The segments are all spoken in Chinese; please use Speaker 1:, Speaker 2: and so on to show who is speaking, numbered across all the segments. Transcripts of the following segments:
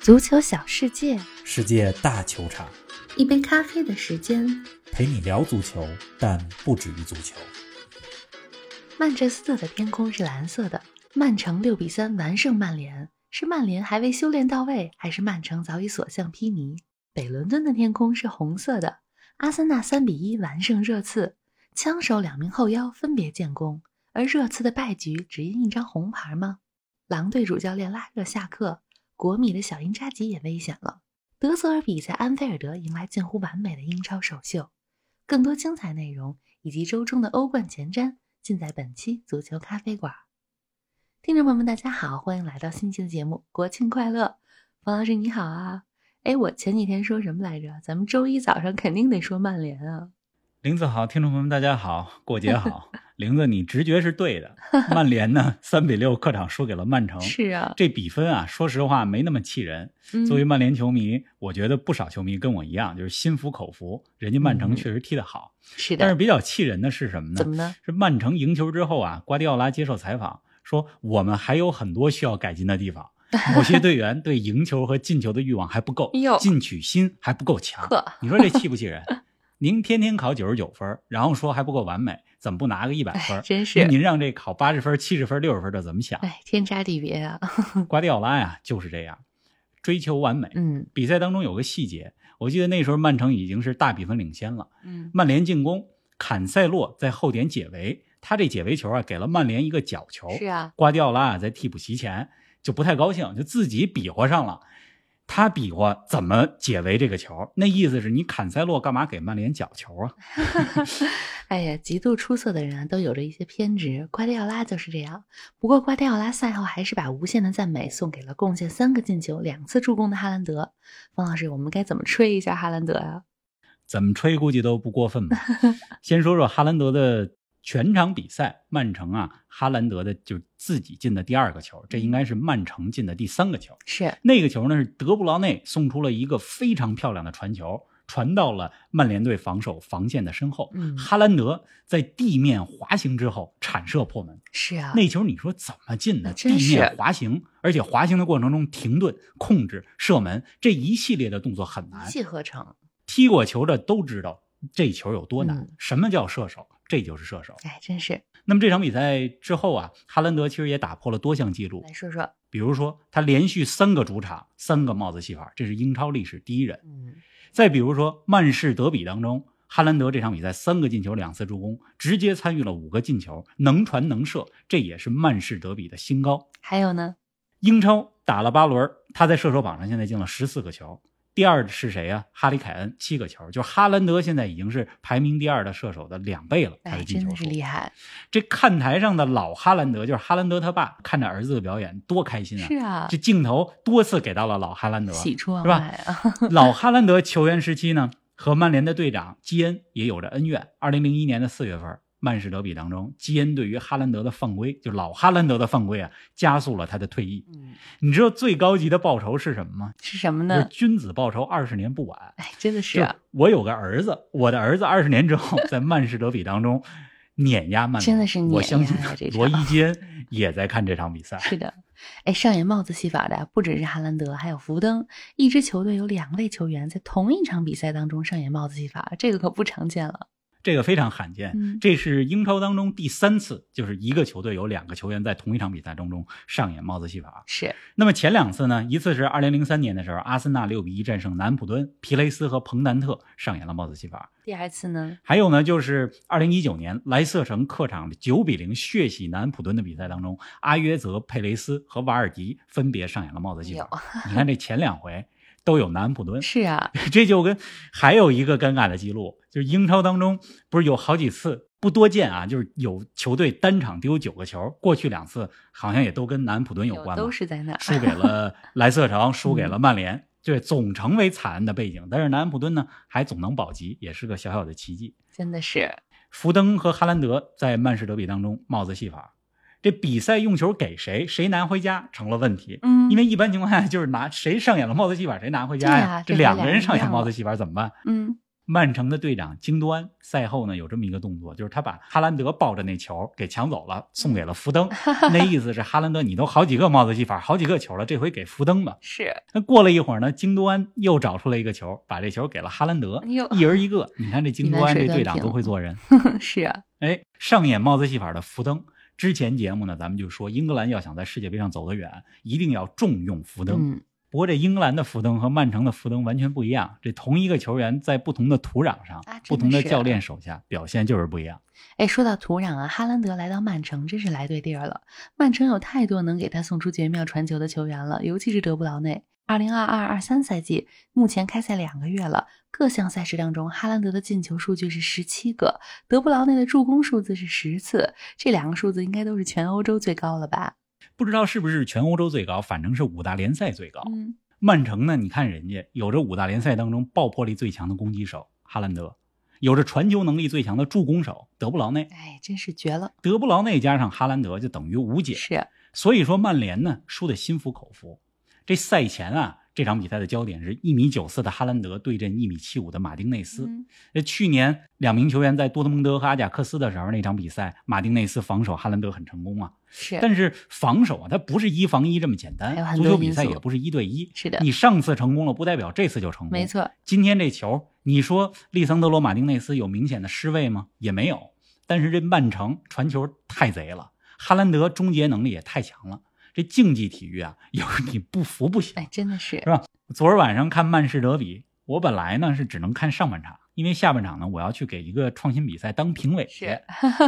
Speaker 1: 足球小世界，
Speaker 2: 世界大球场
Speaker 3: 一杯咖啡的时间，
Speaker 2: 陪你聊足球，但不止于足球。
Speaker 1: 曼彻斯特的天空是蓝色的。曼城六比三完胜曼联，是曼联还未修炼到位，还是曼城早已所向披靡？北伦敦的天空是红色的。阿森纳三比一完胜热刺，枪手两名后腰分别建功，而热刺的败局只因一张红牌吗？狼队主教练拉热下课，国米的小因扎吉也危险了。德泽尔比在安菲尔德迎来近乎完美的英超首秀。更多精彩内容以及周中的欧冠前瞻，尽在本期足球咖啡馆。听众朋友们，大家好，欢迎来到新期的节目，国庆快乐！冯老师你好啊！哎，我前几天说什么来着？咱们周一早上肯定得说曼联啊。
Speaker 2: 林子好，听众朋友们大家好，过节 好。林子，你直觉是对的，曼联 呢三比六客场输给了曼城，
Speaker 1: 是啊，嗯
Speaker 2: 这比分啊，说实话没那么气人。作为曼联球迷，我觉得不少球迷跟我一样，就是心服口服，人家曼城确实踢得好。
Speaker 1: 是的，
Speaker 2: 但是比较气人的是什么呢？
Speaker 1: 怎么呢？
Speaker 2: 是曼城赢球之后啊，瓜迪奥拉接受采访说，我们还有很多需要改进的 地方。某些队员对赢球和进球的欲望还不够
Speaker 1: 哟，
Speaker 2: 进取心还不够强
Speaker 1: 呵。
Speaker 2: 你说这气不气人？您天天考九十九分，然后说还不够完美，怎么不拿个一百分
Speaker 1: 哎，？真
Speaker 2: 那
Speaker 1: 是，
Speaker 2: 您让这考八十分、七十分、六十分的怎么想？
Speaker 1: 哎，天差地别啊。
Speaker 2: 瓜迪奥拉呀，就是这样，追求完美。
Speaker 1: 嗯
Speaker 2: 比赛当中有个细节，我记得那时候曼城已经是大比分领先了，
Speaker 1: 嗯，
Speaker 2: 曼联进攻，坎塞洛在后点解围，他这解围球啊，给了曼联一个角球。
Speaker 1: 是啊，
Speaker 2: 瓜迪奥拉啊在替补席前就不太高兴，就自己比划上了。他比划怎么解围这个球，那意思是你坎塞洛干嘛给曼联角球啊？
Speaker 1: 哎呀，极度出色的人啊，都有着一些偏执。瓜迪奥拉就是这样。不过，瓜迪奥拉赛后还是把无限的赞美送给了贡献三个进球、两次助攻的哈兰德。冯老师，我们该怎么吹一下哈兰德啊？
Speaker 2: 怎么吹估计都不 过分吧。先说说哈兰德的全场比赛，曼城啊，哈兰德的就自己进的第二个球，这应该是曼城进的第三个球。
Speaker 1: 是，
Speaker 2: 那个球呢是德布劳内送出了一个非常漂亮的传球，传到了曼联队防守防线的身后。
Speaker 1: 嗯
Speaker 2: 哈兰德在地面滑行之后铲射破门，
Speaker 1: 是啊，
Speaker 2: 那球你说怎么进的？
Speaker 1: 那啊真是
Speaker 2: 地面滑行，而且滑行的过程中停顿、控制、射门这一系列的动作很难
Speaker 1: 一。气呵成。
Speaker 2: 踢过球的都知道这球有多难。
Speaker 1: 嗯
Speaker 2: 什么叫射手？这就是射手。
Speaker 1: 哎，真是。
Speaker 2: 那么这场比赛之后啊，哈兰德其实也打破了多项记录
Speaker 1: 来，说说，
Speaker 2: 比如说他连续三个主场三个帽子戏法，这是英超历史第一人。
Speaker 1: 嗯，
Speaker 2: 再比如说曼市德比当中，哈兰德这场比赛三个进球，两次助攻，直接参与了五个进球，能传能射，这也是曼市德比的新高。
Speaker 1: 还有呢？
Speaker 2: 英超打了八轮儿，他在射手榜上现在进了十四个球。第二是谁呀、哈里凯恩七个球，就是哈兰德现在已经是排名第二的射手的两倍了，他
Speaker 1: 哎，
Speaker 2: 的进
Speaker 1: 真
Speaker 2: 球
Speaker 1: 的是
Speaker 2: 数。
Speaker 1: 厉害。
Speaker 2: 这看台上的老哈兰德，就是哈兰德他爸，看着儿子的表演多开心啊！
Speaker 1: 是啊
Speaker 2: 这，镜头多次给到了老哈兰德，
Speaker 1: 喜出望
Speaker 2: 是吧
Speaker 1: 外啊。
Speaker 2: 老哈兰德球员时期呢，和曼联的队长基恩也有着恩怨。二零零一年的四月份，曼市德比当中，基恩对于哈兰德的犯规，就老哈兰德的犯规啊，加速了他的退役。
Speaker 1: 嗯，
Speaker 2: 你知道最高级的报酬是什么吗？
Speaker 1: 是什么
Speaker 2: 就是
Speaker 1: 呢？
Speaker 2: 君子报仇，二十年不晚。
Speaker 1: 哎，真的是
Speaker 2: 就
Speaker 1: 啊，
Speaker 2: 我有个儿子，我的儿子二十年之后在曼市德比当中碾压曼联，
Speaker 1: 真的是碾压呀
Speaker 2: 我相信
Speaker 1: 这场
Speaker 2: 罗伊基恩也在看这场比赛。
Speaker 1: 是的。哎，上演帽子戏法的不只是哈兰德，还有福登。一支球队有两位球员在同一场比赛当中上演帽子戏法，这个可不常见了。
Speaker 2: 这个非常罕见，
Speaker 1: 嗯
Speaker 2: 这是英超当中第三次，就是一个球队有两个球员在同一场比赛当中上演帽子戏法。
Speaker 1: 是，
Speaker 2: 那么前两次呢，一次是2003年的时候，阿森纳六比一战胜南普敦，皮雷斯和彭南特上演了帽子戏法；
Speaker 1: 第二次呢？
Speaker 2: 还有呢，就是2019年莱斯特城客场9比0血洗南普敦的比赛当中，阿约泽、佩雷斯和瓦尔迪分别上演了帽子戏
Speaker 1: 有
Speaker 2: 法。你看这前两回都有南普 敦，
Speaker 1: 是啊，
Speaker 2: 这就跟还有一个尴尬的记录，就是英超当中不是有好几次不多见啊，就是有球队单场丢九个球，过去两次好像也都跟南普敦有
Speaker 1: 有
Speaker 2: 关吧，
Speaker 1: 都是在那儿。
Speaker 2: 输给了莱斯特城，输给了曼联，对，总成为惨案的背景。但是南安普敦呢，还总能保级，也是个小小的奇迹。
Speaker 1: 真的是，
Speaker 2: 福登和哈兰德在曼市德比当中帽子戏法，这比赛用球给谁，谁拿回家成了问题。
Speaker 1: 嗯，
Speaker 2: 因为一般情况下就是拿谁上演了帽子戏法，谁拿回家
Speaker 1: 对呀
Speaker 2: 呀？
Speaker 1: 这
Speaker 2: 这
Speaker 1: 和
Speaker 2: 两个
Speaker 1: 俩
Speaker 2: 人
Speaker 1: 人
Speaker 2: 上
Speaker 1: 一
Speaker 2: 演
Speaker 1: 样
Speaker 2: 帽
Speaker 1: 了
Speaker 2: 子戏法怎么办？
Speaker 1: 嗯，
Speaker 2: 曼城的队长京多安赛后呢有这么一个动作，就是他把哈兰德抱着那球给抢走了，送给了 福登。那意思是哈兰德，你都好几个帽子戏法，好几个球了，这回给福登吧。
Speaker 1: 是
Speaker 2: 那过了一会儿呢，京多安又找出来一个球，把这球给了哈兰德，
Speaker 1: 哎呦
Speaker 2: 一人一个。你看这京多安这队长多会做人。
Speaker 1: 是啊，
Speaker 2: 哎，上演帽子戏法的福登，之前节目呢咱们就说，英格兰要想在世界杯上走得远，一定要重用福登。
Speaker 1: 嗯，
Speaker 2: 不过这英格兰的福登和曼城的福登完全不一样，这同一个球员在不同的土壤上、
Speaker 1: 啊真的是
Speaker 2: 不同的教练手下表现就是不一样。
Speaker 1: 哎，说到土壤啊，哈兰德来到曼城真是来对地儿了。曼城有太多能给他送出绝妙传球的球员了，尤其是德布劳内。二零二二二三赛季目前开赛两个月了，各项赛事当中，哈兰德的进球数据是十七个，德布劳内的助攻数字是十次，这两个数字应该都是全欧洲最高了吧？
Speaker 2: 不知道是不是全欧洲最高，反正是五大联赛最高。
Speaker 1: 嗯，
Speaker 2: 曼城呢，你看人家有着五大联赛当中爆破力最强的攻击手哈兰德，有着传球能力最强的助攻手德布劳内，
Speaker 1: 哎，真是绝了！
Speaker 2: 德布劳内加上哈兰德就等于无解。
Speaker 1: 是，
Speaker 2: 所以说曼联呢输得心服口服。这赛前啊，这场比赛的焦点是一米九四的哈兰德对阵一米七五的马丁内斯。
Speaker 1: 嗯，
Speaker 2: 呃，去年两名球员在多特蒙德和阿贾克斯的时候那场比赛，马丁内斯防守哈兰德很成功啊。
Speaker 1: 是，
Speaker 2: 但是防守啊，它不是一防一这么简
Speaker 1: 还有
Speaker 2: 单，
Speaker 1: 很
Speaker 2: 足
Speaker 1: 多
Speaker 2: 球比
Speaker 1: 因
Speaker 2: 赛
Speaker 1: 素
Speaker 2: 也不是一对一。
Speaker 1: 是的
Speaker 2: 你上次成功了，不代表这次就成功。
Speaker 1: 没，错，
Speaker 2: 今天这球，你说利桑德罗马丁内斯有明显的失位吗？也没有。但是这曼城传球太贼了，哈兰德终结能力也太强了。这竞技体育啊，有时候你不服不行。
Speaker 1: 哎，真的是
Speaker 2: 是，吧？昨儿晚上看曼市德比，我本来呢是只能看上半场，因为下半场呢我要去给一个创新比赛当评委 去
Speaker 1: 是。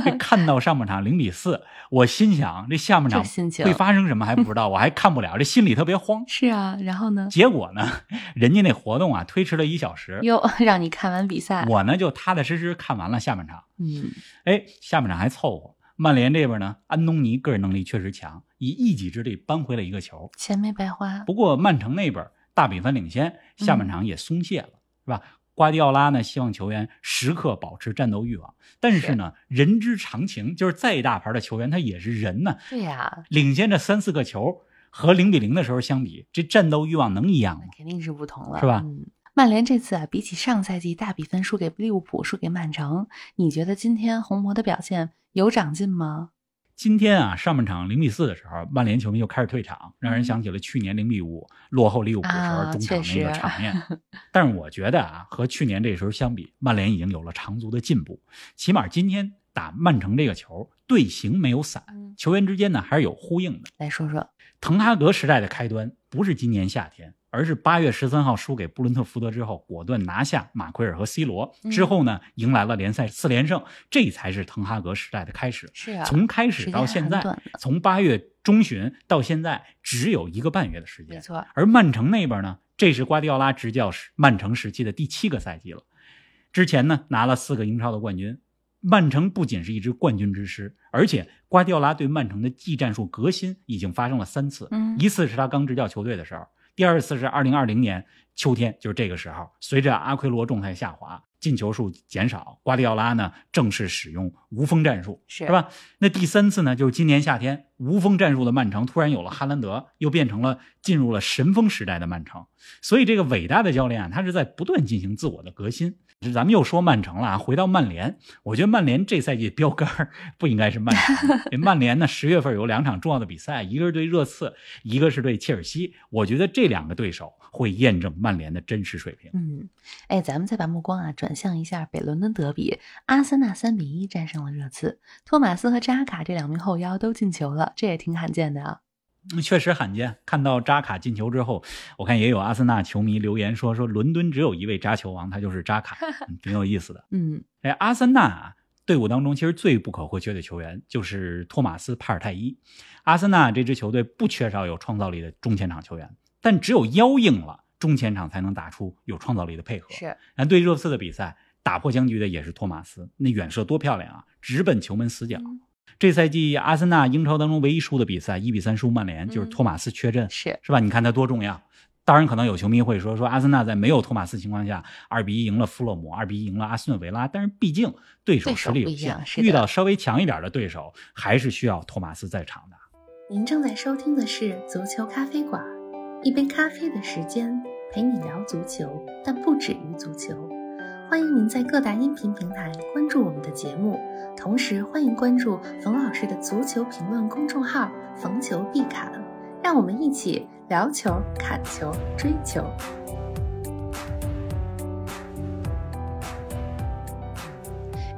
Speaker 2: 这看到上半场零比四，我心想这下半
Speaker 1: 这
Speaker 2: 场
Speaker 1: 心情
Speaker 2: 会发生什么还不知道，我还看不了，这心里特别慌。
Speaker 1: 是啊。然后呢，
Speaker 2: 结果呢，人家那活动啊推迟了一小时，
Speaker 1: 又 让你看完比赛，
Speaker 2: 我呢就踏踏实实看完了下半场。
Speaker 1: 嗯，
Speaker 2: 哎，下半场还凑合。曼联这边呢，安东尼个人能力确实强，以一己之力扳回了一个球。
Speaker 1: 钱没白花，
Speaker 2: 不过曼城那边儿大比分领先，下半场也松懈了，是吧？瓜迪奥拉呢，希望球员时刻保持战斗欲望，但是呢，人之常情，就是再大牌的球员他也是人呢。
Speaker 1: 对呀、
Speaker 2: 领先这三四个球和零比零的时候相比，这战斗欲望能一样吗
Speaker 1: 那？肯定是不同了，
Speaker 2: 是吧
Speaker 1: 嗯，曼联这次啊，比起上赛季大比分输给利物浦、输给曼城，你觉得今天红魔的表现有长进吗？
Speaker 2: 今天啊，上半场零比四的时候，曼联球迷又开始退场，让人想起了去年零比五落后利物浦的时候
Speaker 1: 嗯啊
Speaker 2: 中场
Speaker 1: 确
Speaker 2: 那个
Speaker 1: 实
Speaker 2: 场面。但是我觉得啊，和去年这时候相比，曼联已经有了长足的进步，起码今天打曼城这个球，队形没有散，
Speaker 1: 嗯，
Speaker 2: 球员之间呢还是有呼应的。
Speaker 1: 来说说，
Speaker 2: 滕哈格时代的开端不是今年夏天，而是八月十三号输给布伦特福德之后，果断拿下马奎尔和 C 罗
Speaker 1: 嗯
Speaker 2: 之后呢，迎来了联赛四连胜，这才是滕哈格时代的开始。
Speaker 1: 是啊，
Speaker 2: 从开
Speaker 1: 时
Speaker 2: 始
Speaker 1: 间
Speaker 2: 到现
Speaker 1: 很
Speaker 2: 在
Speaker 1: 短，的
Speaker 2: 从八月中旬到现在只有一个半月的时
Speaker 1: 没
Speaker 2: 间。
Speaker 1: 错，
Speaker 2: 而曼城那边呢，这是瓜迪奥拉执教时曼城时期的第七个赛季了。之前呢，拿了四个英超的冠军。曼城不仅是一支冠军之师，而且瓜迪奥拉对曼城的技战术革新已经发生了三次。
Speaker 1: 嗯，
Speaker 2: 一次是他刚执教球队的时候，第二次是二零二零年秋天，就是这个时候，随着阿奎罗状态下滑，进球数减少，瓜迪奥拉呢正式使用无锋战术，
Speaker 1: 是
Speaker 2: 是吧？那第三次呢，就是今年夏天，无锋战术的曼城突然有了哈兰德，又变成了进入了神锋时代的曼城。所以这个伟大的教练啊，他是在不断进行自我的革新。咱们又说曼城了啊，回到曼联，我觉得曼联这赛季标杆儿不应该是曼城。这曼联呢，十月份有两场重要的比赛，一个是对热刺，一个是对切尔西。我觉得这两个对手会验证曼联的真实水平。
Speaker 1: 嗯，哎，咱们再把目光啊转向一下北伦敦德比，阿森纳三比一战胜了热刺，托马斯和扎卡这两名后腰都进球了，这也挺罕见的啊。
Speaker 2: 嗯确实罕见，看到扎卡进球之后，我看也有阿森纳球迷留言说说伦敦只有一位扎球王，他就是扎卡，嗯挺有意思的。
Speaker 1: 嗯，
Speaker 2: 哎，阿森纳啊，队伍当中其实最不可或缺的球员就是托马斯·帕尔泰伊。阿森纳这支球队不缺少有创造力的中前场球员，但只有腰硬了，中前场才能打出有创造力的配合。
Speaker 1: 是，
Speaker 2: 然后对热刺的比赛，打破僵局的也是托马斯，那远射多漂亮啊，直奔球门死角。
Speaker 1: 嗯
Speaker 2: 这赛季阿森纳英超当中唯一输的比赛，一比三输曼联，就是
Speaker 1: 嗯
Speaker 2: 托马斯缺阵，
Speaker 1: 是，
Speaker 2: 是吧？你看他多重要。当然，可能有球迷会说，说阿森纳在没有托马斯情况下，二比一赢了弗洛姆，二比一赢了阿斯顿维拉。但是毕竟对手
Speaker 1: 对
Speaker 2: 实
Speaker 1: 手
Speaker 2: 力有
Speaker 1: 不一样
Speaker 2: 限，
Speaker 1: 是的
Speaker 2: 遇到稍微强一点的对手，还是需要托马斯在场的。
Speaker 3: 您正在收听的是《足球咖啡馆》，一杯咖啡的时间陪你聊足球，但不止于足球。欢迎您在各大音频平台关注我们的节目，同时欢迎关注冯老师的足球评论公众号“冯球必侃”，让我们一起聊球、砍球、追球。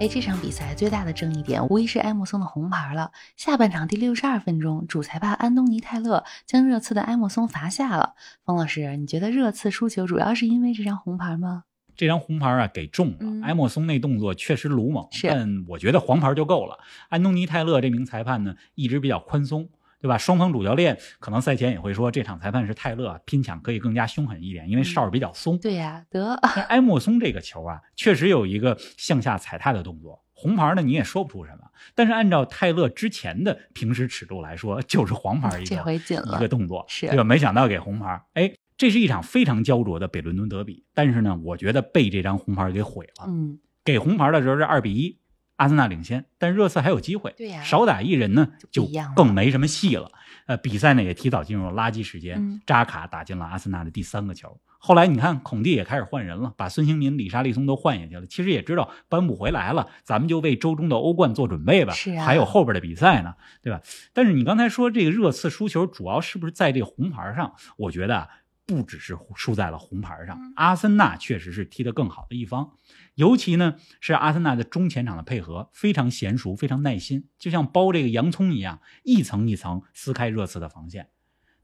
Speaker 1: 哎，这场比赛最大的争议点无疑是埃默松的红牌了。下半场第六十二分钟，主裁判安东尼·泰勒将热刺的埃默松罚下了。冯老师，你觉得热刺输球主要是因为这张红牌吗？
Speaker 2: 这张红牌啊给中了，
Speaker 1: 嗯
Speaker 2: 埃莫松那动作确实鲁莽，
Speaker 1: 是
Speaker 2: 但我觉得黄牌就够了。安东尼泰勒这名裁判呢，一直比较宽松，对吧？双方主教练可能赛前也会说，这场裁判是泰勒啊，拼抢可以更加凶狠一点，因为哨儿比较松。
Speaker 1: 对呀、得，
Speaker 2: 但埃莫松这个球啊，确实有一个向下踩踏的动作，红牌呢你也说不出什么。但是按照泰勒之前的平时尺度来说，就是黄牌一
Speaker 1: 这
Speaker 2: 个
Speaker 1: 回紧
Speaker 2: 一
Speaker 1: 了
Speaker 2: 个。动作，
Speaker 1: 是
Speaker 2: 对吧？没想到给红牌，哎，这是一场非常焦灼的北伦敦德比，但是呢，我觉得被这张红牌给毁了。
Speaker 1: 嗯，
Speaker 2: 给红牌的时候是二比一，阿森纳领先，但热刺还有机会，
Speaker 1: 对呀
Speaker 2: 少打一人呢
Speaker 1: 就不
Speaker 2: 就
Speaker 1: 一样了
Speaker 2: 更没什么戏了。呃，比赛呢也提早进入垃圾时间，
Speaker 1: 嗯
Speaker 2: 扎卡打进了阿森纳的第三个球。后来你看，孔蒂也开始换人了，把孙兴民、李沙利松都换下去了。其实也知道扳不回来了，咱们就为周中的欧冠做准备吧。
Speaker 1: 是啊
Speaker 2: 还有后边的比赛呢，对吧？但是你刚才说这个热刺输球，主要是不是在这红牌上？我觉得啊，不只是输在了红牌上
Speaker 1: 嗯，
Speaker 2: 阿森纳确实是踢得更好的一方，尤其呢是阿森纳的中前场的配合非常娴熟，非常耐心，就像剥这个洋葱一样，一层一层撕开热刺的防线。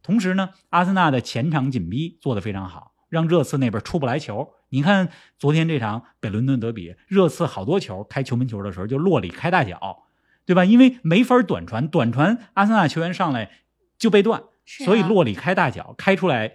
Speaker 2: 同时呢，阿森纳的前场紧逼做得非常好，让热刺那边出不来球。你看昨天这场北伦敦德比，热刺好多球开球门球的时候就落里开大脚，对吧？因为没法短传，短传阿森纳球员上来就被断，
Speaker 1: 是
Speaker 2: 所以
Speaker 1: 啊
Speaker 2: 洛里开大脚开出来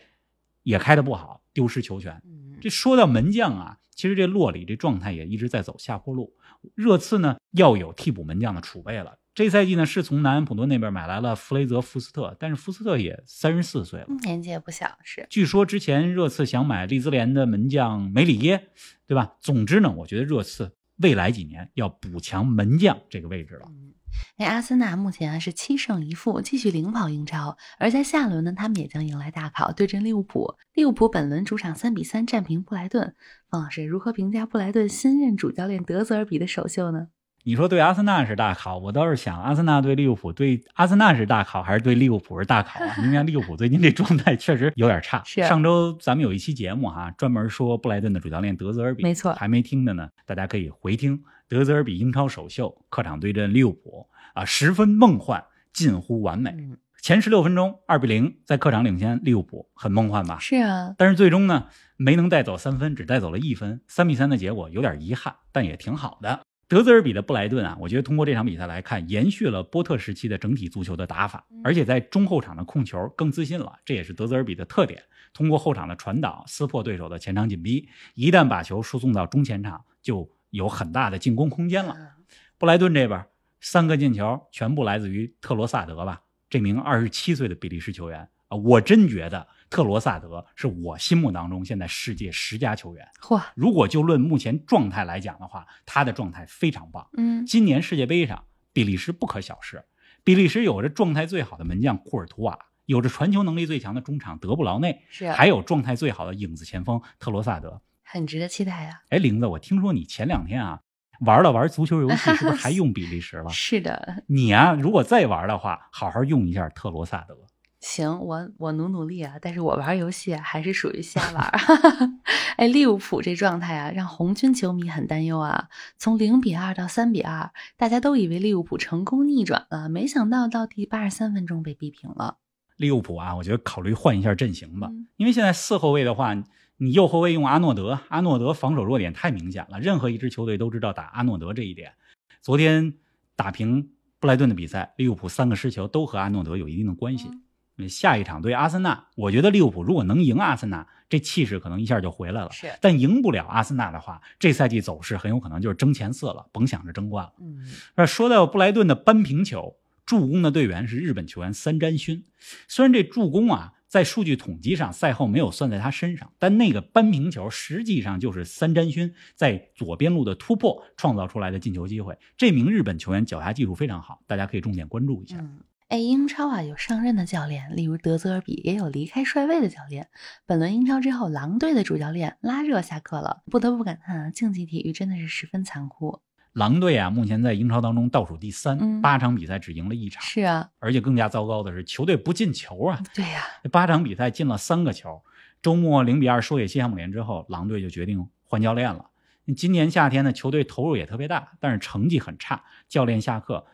Speaker 2: 也开的不好，丢失球权。
Speaker 1: 嗯
Speaker 2: 这说到门将啊，其实这洛里这状态也一直在走下坡路。热刺呢要有替补门将的储备了。这赛季呢是从南安普顿那边买来了弗雷泽·福斯特，但是福斯特也三十四岁了。
Speaker 1: 嗯年纪也不小，是
Speaker 2: 据说之前热刺想买利兹联的门将梅里耶，对吧？总之呢，我觉得热刺未来几年要补强门将这个位置了。
Speaker 1: 嗯，那阿森纳目前啊是七胜一负，继续领跑英超。而在下轮呢，他们也将迎来大考，对阵利物浦。利物浦本轮主场三比三战平布莱顿。方老师如何评价布莱顿新任主教练德泽尔比的首秀呢？
Speaker 2: 你说对阿森纳是大考，我倒是想阿森纳对利物浦，对阿森纳是大考还是对利物浦是大考 啊？因为利物浦最近这状态确实有点差。
Speaker 1: 是
Speaker 2: 上周咱们有一期节目哈、专门说布莱顿的主教练德泽尔比，
Speaker 1: 没错
Speaker 2: 还没听的呢，大家可以回听。德泽尔比英超首秀客场对阵利物浦啊，十分梦幻，近乎完美。
Speaker 1: 嗯，
Speaker 2: 前十六分钟二比零在客场领先利物浦，很梦幻吧？
Speaker 1: 是啊，
Speaker 2: 但是最终呢，没能带走三分，只带走了一分，三比三的结果有点遗憾，但也挺好的。德泽尔比的布莱顿啊，我觉得通过这场比赛来看，延续了波特时期的整体足球的打法
Speaker 1: 嗯，
Speaker 2: 而且在中后场的控球更自信了，这也是德泽尔比的特点。通过后场的传导撕破对手的前场紧逼，一旦把球输送到中前场，就有很大的进攻空间了。
Speaker 1: 嗯
Speaker 2: 布莱顿这边三个进球全部来自于特罗萨德吧，这名二十七岁的比利时球员啊，我真觉得特罗萨德是我心目当中现在世界十佳球员。
Speaker 1: 嚯，
Speaker 2: 如果就论目前状态来讲的话，他的状态非常棒。
Speaker 1: 嗯，
Speaker 2: 今年世界杯上，比利时不可小视。比利时有着状态最好的门将库尔图瓦，有着传球能力最强的中场德布劳内，
Speaker 1: 是啊
Speaker 2: 还有状态最好的影子前锋特罗萨德。
Speaker 1: 很值得期待啊。
Speaker 2: 哎，玲子，我听说你前两天啊玩了玩足球游戏，是不是还用比利时了？
Speaker 1: 是的，
Speaker 2: 你啊，如果再玩的话，好好用一下特罗萨德。
Speaker 1: 行，我我努努力啊，但是我玩游戏啊还是属于瞎玩儿。 哎，利物浦这状态啊，让红军球迷很担忧啊。从零比二到三比二，大家都以为利物浦成功逆转了，没想到到第八十三分钟被逼平了。
Speaker 2: 利物浦啊，我觉得考虑换一下阵型吧，
Speaker 1: 嗯
Speaker 2: 因为现在四后卫的话，你右后卫用阿诺德，阿诺德防守弱点太明显了，任何一支球队都知道打阿诺德这一点。昨天打平布莱顿的比赛，利物浦三个失球都和阿诺德有一定的关系。嗯下一场对阿森纳，我觉得利物浦如果能赢阿森纳，这气势可能一下就回来了。
Speaker 1: 是，
Speaker 2: 但赢不了阿森纳的话，这赛季走势很有可能就是争前四了，甭想着争冠了。
Speaker 1: 嗯，
Speaker 2: 那说到布莱顿的扳平球，助攻的队员是日本球员三詹勋。虽然这助攻啊，在数据统计上赛后没有算在他身上，但那个扳平球实际上就是三詹勋在左边路的突破创造出来的进球机会。这名日本球员脚下技术非常好，大家可以重点关注一下。
Speaker 1: 嗯，哎，英超啊有上任的教练，例如德泽尔比，也有离开帅位的教练。本轮英超之后，狼队的主教练拉热下课了，不得不感叹啊，竞技体育真的是十分残酷。
Speaker 2: 狼队啊，目前在英超当中倒数第
Speaker 1: 嗯
Speaker 2: 三，八场比赛只赢了一场，
Speaker 1: 是啊，
Speaker 2: 而且更加糟糕的是，球队不进球啊，
Speaker 1: 对呀、
Speaker 2: 八场比赛进了三个球。周末零比二输给西汉姆联之后，狼队就决定换教练了。嗯今年夏天呢，球队投入也特别大，但是成绩很差，教练下课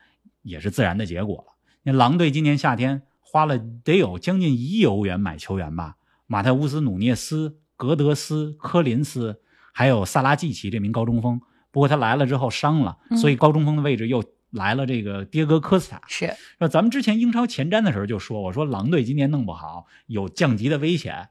Speaker 2: 也是自然的结果了。那狼队今年夏天花了得有将近一亿欧元买球员吧，马泰乌斯、努涅斯、格德斯、科林斯，还有萨拉季奇这名高中锋。不过他来了之后伤了，
Speaker 1: 嗯
Speaker 2: 所以高中锋的位置又来了这个迭戈科斯塔。
Speaker 1: 是
Speaker 2: 那咱们之前英超前瞻的时候就说，我说狼队今年弄不好有降级的危险，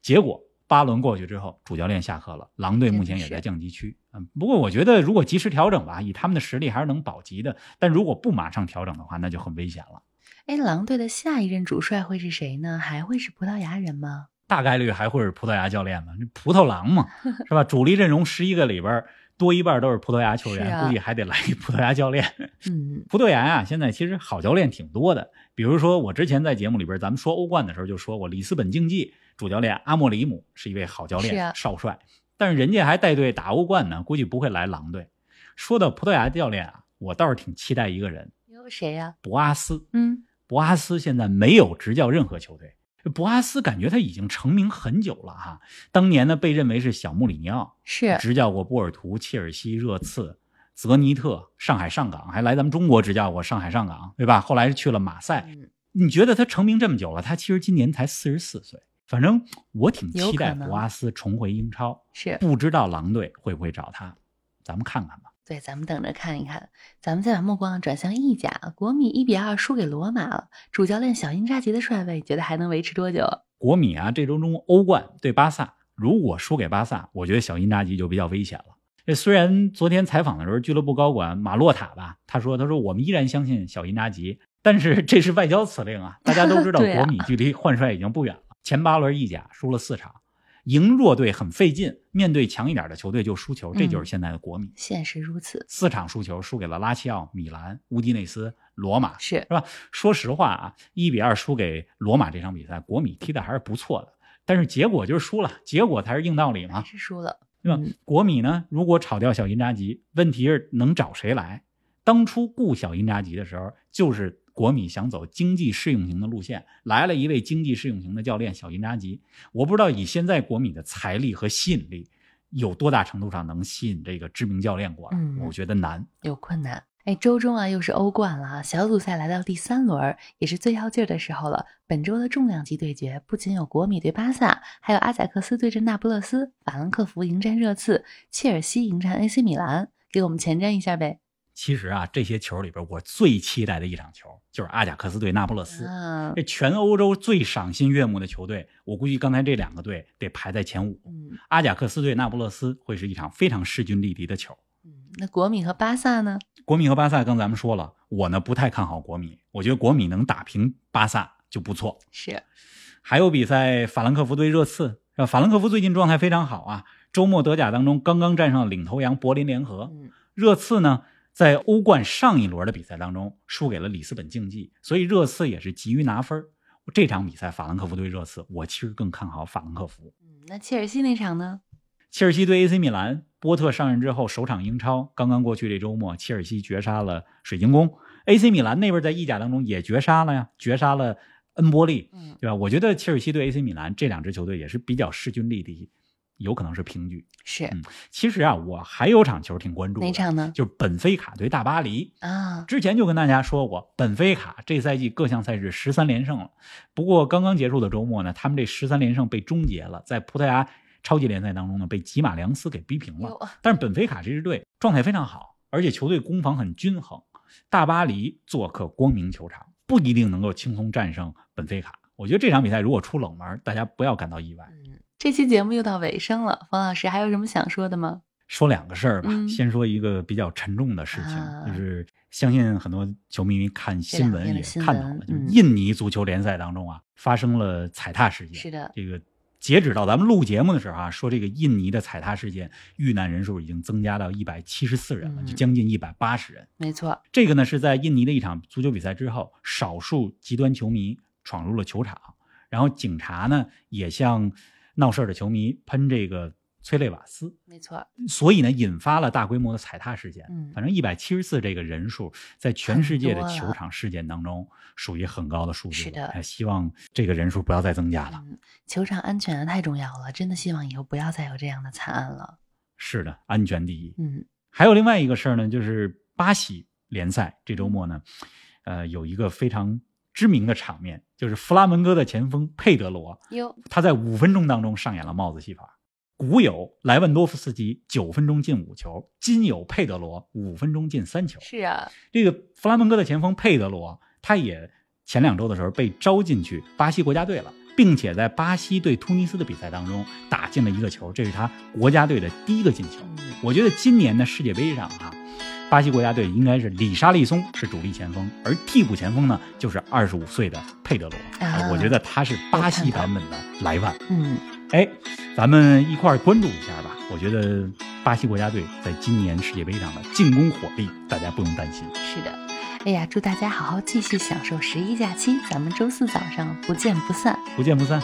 Speaker 2: 结果八轮过去之后，主教练下课了，狼队目前也在降级区。嗯，不过我觉得如果及时调整吧，以他们的实力还是能保级的，但如果不马上调整的话，那就很危险了。
Speaker 1: 哎，狼队的下一任主帅会是谁呢？还会是葡萄牙人吗？
Speaker 2: 大概率还会是葡萄牙教练吧，这葡萄 狼嘛，是吧？主力阵容十一个里边儿多一半都是葡萄牙球
Speaker 1: 是
Speaker 2: 员，
Speaker 1: 啊
Speaker 2: 估计还得来一葡萄牙教练。
Speaker 1: 嗯，
Speaker 2: 葡萄牙啊，现在其实好教练挺多的。比如说，我之前在节目里边，咱们说欧冠的时候就说过，里斯本竞技主教练阿莫里姆是一位好教
Speaker 1: 是
Speaker 2: 练、
Speaker 1: 啊
Speaker 2: 少帅，但是人家还带队打欧冠呢，估计不会来狼队。说到葡萄牙教练啊，我倒是挺期待一个人，
Speaker 1: 有谁呀、
Speaker 2: 博阿斯。
Speaker 1: 嗯，
Speaker 2: 博阿斯现在没有执教任何球队。博阿斯感觉他已经成名很久了哈、当年呢被认为是小穆里尼奥，
Speaker 1: 是
Speaker 2: 执教过波尔图、切尔西、热刺、泽尼特、上海上港，还来咱们中国执教过上海上港，对吧？后来去了马赛。
Speaker 1: 嗯
Speaker 2: 你觉得他成名这么久了，他其实今年才四十四岁。反正我挺
Speaker 1: 有
Speaker 2: 期
Speaker 1: 可
Speaker 2: 待
Speaker 1: 能
Speaker 2: 博阿斯重回英超，
Speaker 1: 是，
Speaker 2: 不知道狼队会不会找他，咱们看看吧。
Speaker 1: 对，咱们等着看一看。咱们再把目光转向意甲，国米一比二输给罗马了，主教练小因扎吉的帅位，觉得还能维持多久？
Speaker 2: 国米啊，这周中欧冠对巴萨，如果输给巴萨，我觉得小因扎吉就比较危险了。这虽然昨天采访的时候，俱乐部高管马洛塔吧，他说：“他说我们依然相信小因扎吉，但是这是外交辞令啊，大家都知道
Speaker 1: 对啊
Speaker 2: 国米距离换帅已经不远了。前八轮意甲输了四场，赢弱队很费劲，面对强一点的球队就输球，这
Speaker 1: 嗯
Speaker 2: 就是现在的国米。
Speaker 1: 现实如此，
Speaker 2: 四场输球，输给了拉齐奥、米兰、乌迪内斯、罗马，
Speaker 1: 是
Speaker 2: 是吧？说实话啊，一比二输给罗马这场比赛，国米踢的还是不错的，但是结果就是输了，结果才是硬道理嘛
Speaker 1: 还，是输了。
Speaker 2: 对吧
Speaker 1: 嗯？
Speaker 2: 国米呢，如果炒掉小因扎吉，问题是能找谁来？当初雇小因扎吉的时候，就是国米想走经济适用型的路线，来了一位经济适用型的教练小因扎吉。我不知道以现在国米的财力和吸引力，有多大程度上能吸引这个知名教练过来？
Speaker 1: 嗯
Speaker 2: 我觉得难。
Speaker 1: 有困难。哎，周中啊又是欧冠了啊，小组赛来到第三轮儿，也是最要劲儿的时候了。本周的重量级对决不仅有国米对巴萨，还有阿贾克斯对阵那不勒斯，法兰克福迎战热刺，切尔西迎战 AC 米兰。给我们前瞻一下呗。
Speaker 2: 其实啊，这些球里边，我最期待的一场球就是阿贾克斯对那不勒斯。
Speaker 1: 嗯
Speaker 2: 这全欧洲最赏心悦目的球队，我估计刚才这两个队得排在前五。
Speaker 1: 嗯
Speaker 2: 阿贾克斯对那不勒斯会是一场非常势均力敌的球。
Speaker 1: 嗯，那国米和巴萨呢？
Speaker 2: 国米和巴萨，刚咱们说了，我呢不太看好国米，我觉得国米能打平巴萨就不错。
Speaker 1: 是
Speaker 2: 还有比赛，法兰克福对热刺，是吧？法兰克福最近状态非常好啊，周末德甲当中刚刚站上领头羊柏林联合。
Speaker 1: 嗯
Speaker 2: 热刺呢，在欧冠上一轮的比赛当中输给了里斯本竞技，所以热刺也是急于拿分儿。这场比赛，法兰克福对热刺，我其实更看好法兰克福。
Speaker 1: 嗯，那切尔西那场呢？
Speaker 2: 切尔西对 AC 米兰，波特上任之后首场英超刚刚过去这周末，切尔西绝杀了水晶宫，AC 米兰那边在意甲当中也绝杀了呀，绝杀了恩波利，
Speaker 1: 嗯，
Speaker 2: 对吧？我觉得切尔西对 AC 米兰这两支球队也是比较势均力敌，有可能是平局。
Speaker 1: 是
Speaker 2: 嗯其实啊，我还有场球挺关注的，
Speaker 1: 哪场呢？
Speaker 2: 就是本菲卡对大巴黎。
Speaker 1: 啊，
Speaker 2: 之前就跟大家说过，本菲卡这赛季各项赛事十三连胜了。不过刚刚结束的周末呢，他们这十三连胜被终结了，在葡萄牙超级联赛当中呢，被吉马良斯给逼平了。
Speaker 1: 有啊，
Speaker 2: 但是本菲卡这支队状态非常好，而且球队攻防很均衡。大巴黎做客光明球场，不一定能够轻松战胜本菲卡。我觉得这场比赛如果出冷门，大家不要感到意外。
Speaker 1: 嗯，这期节目又到尾声了，冯老师还有什么想说的吗？
Speaker 2: 说两个事儿吧，
Speaker 1: 嗯
Speaker 2: 先说一个比较沉重的事情，
Speaker 1: 啊
Speaker 2: 就是相信很多球迷看新
Speaker 1: 这两天
Speaker 2: 闻
Speaker 1: 的
Speaker 2: 也
Speaker 1: 新闻
Speaker 2: 看到了，就是
Speaker 1: 嗯
Speaker 2: 印尼足球联赛当中啊、发生了踩踏事件。
Speaker 1: 是的
Speaker 2: 这个截止到咱们录节目的时候啊，说这个印尼的踩踏事件遇难人数已经增加到一百七十四人了，
Speaker 1: 嗯
Speaker 2: 就将近一百八十人。
Speaker 1: 没错，
Speaker 2: 这个呢是在印尼的一场足球比赛之后，少数极端球迷闯入了球场，然后警察呢也向闹事儿的球迷喷这个催泪瓦斯，
Speaker 1: 没错，
Speaker 2: 所以呢引发了大规模的踩踏事件。
Speaker 1: 嗯
Speaker 2: 反正一百七十四这个人数在全世界的
Speaker 1: 很多了
Speaker 2: 球场事件当中属于很高的数字。
Speaker 1: 是的
Speaker 2: 哎，希望这个人数不要再增加了。
Speaker 1: 嗯，球场安全啊太重要了，真的希望以后不要再有这样的惨案了。
Speaker 2: 是的，安全第一。
Speaker 1: 嗯，
Speaker 2: 还有另外一个事儿呢，就是巴西联赛这
Speaker 1: 嗯
Speaker 2: 周末呢，呃，有一个非常知名的场面，就是弗拉门戈的前锋佩德罗，
Speaker 1: 哟，
Speaker 2: 他在五分钟当中上演了帽子戏法。古有莱万多夫斯基九分钟进五球，今有佩德罗五分钟进三球。
Speaker 1: 是啊，
Speaker 2: 这个弗拉门戈的前锋佩德罗，他也前两周的时候被招进去巴西国家队了，并且在巴西对突尼斯的比赛当中打进了一个球，这是他国家队的第一个进球。
Speaker 1: 嗯，
Speaker 2: 我觉得今年的世界杯上啊，巴西国家队应该是里沙利松是主力前锋，而替补前锋呢就是二十五岁的佩德罗、呃
Speaker 1: 啊
Speaker 2: 我觉得他是巴西版本的莱万。
Speaker 1: 嗯，
Speaker 2: 哎，咱们一块儿关注一下吧。我觉得巴西国家队在今年世界杯上的进攻火力，大家不用担心。
Speaker 1: 是的。哎呀，祝大家好好继续享受十一假期，咱们周四早上不见不散。
Speaker 2: 不见不散。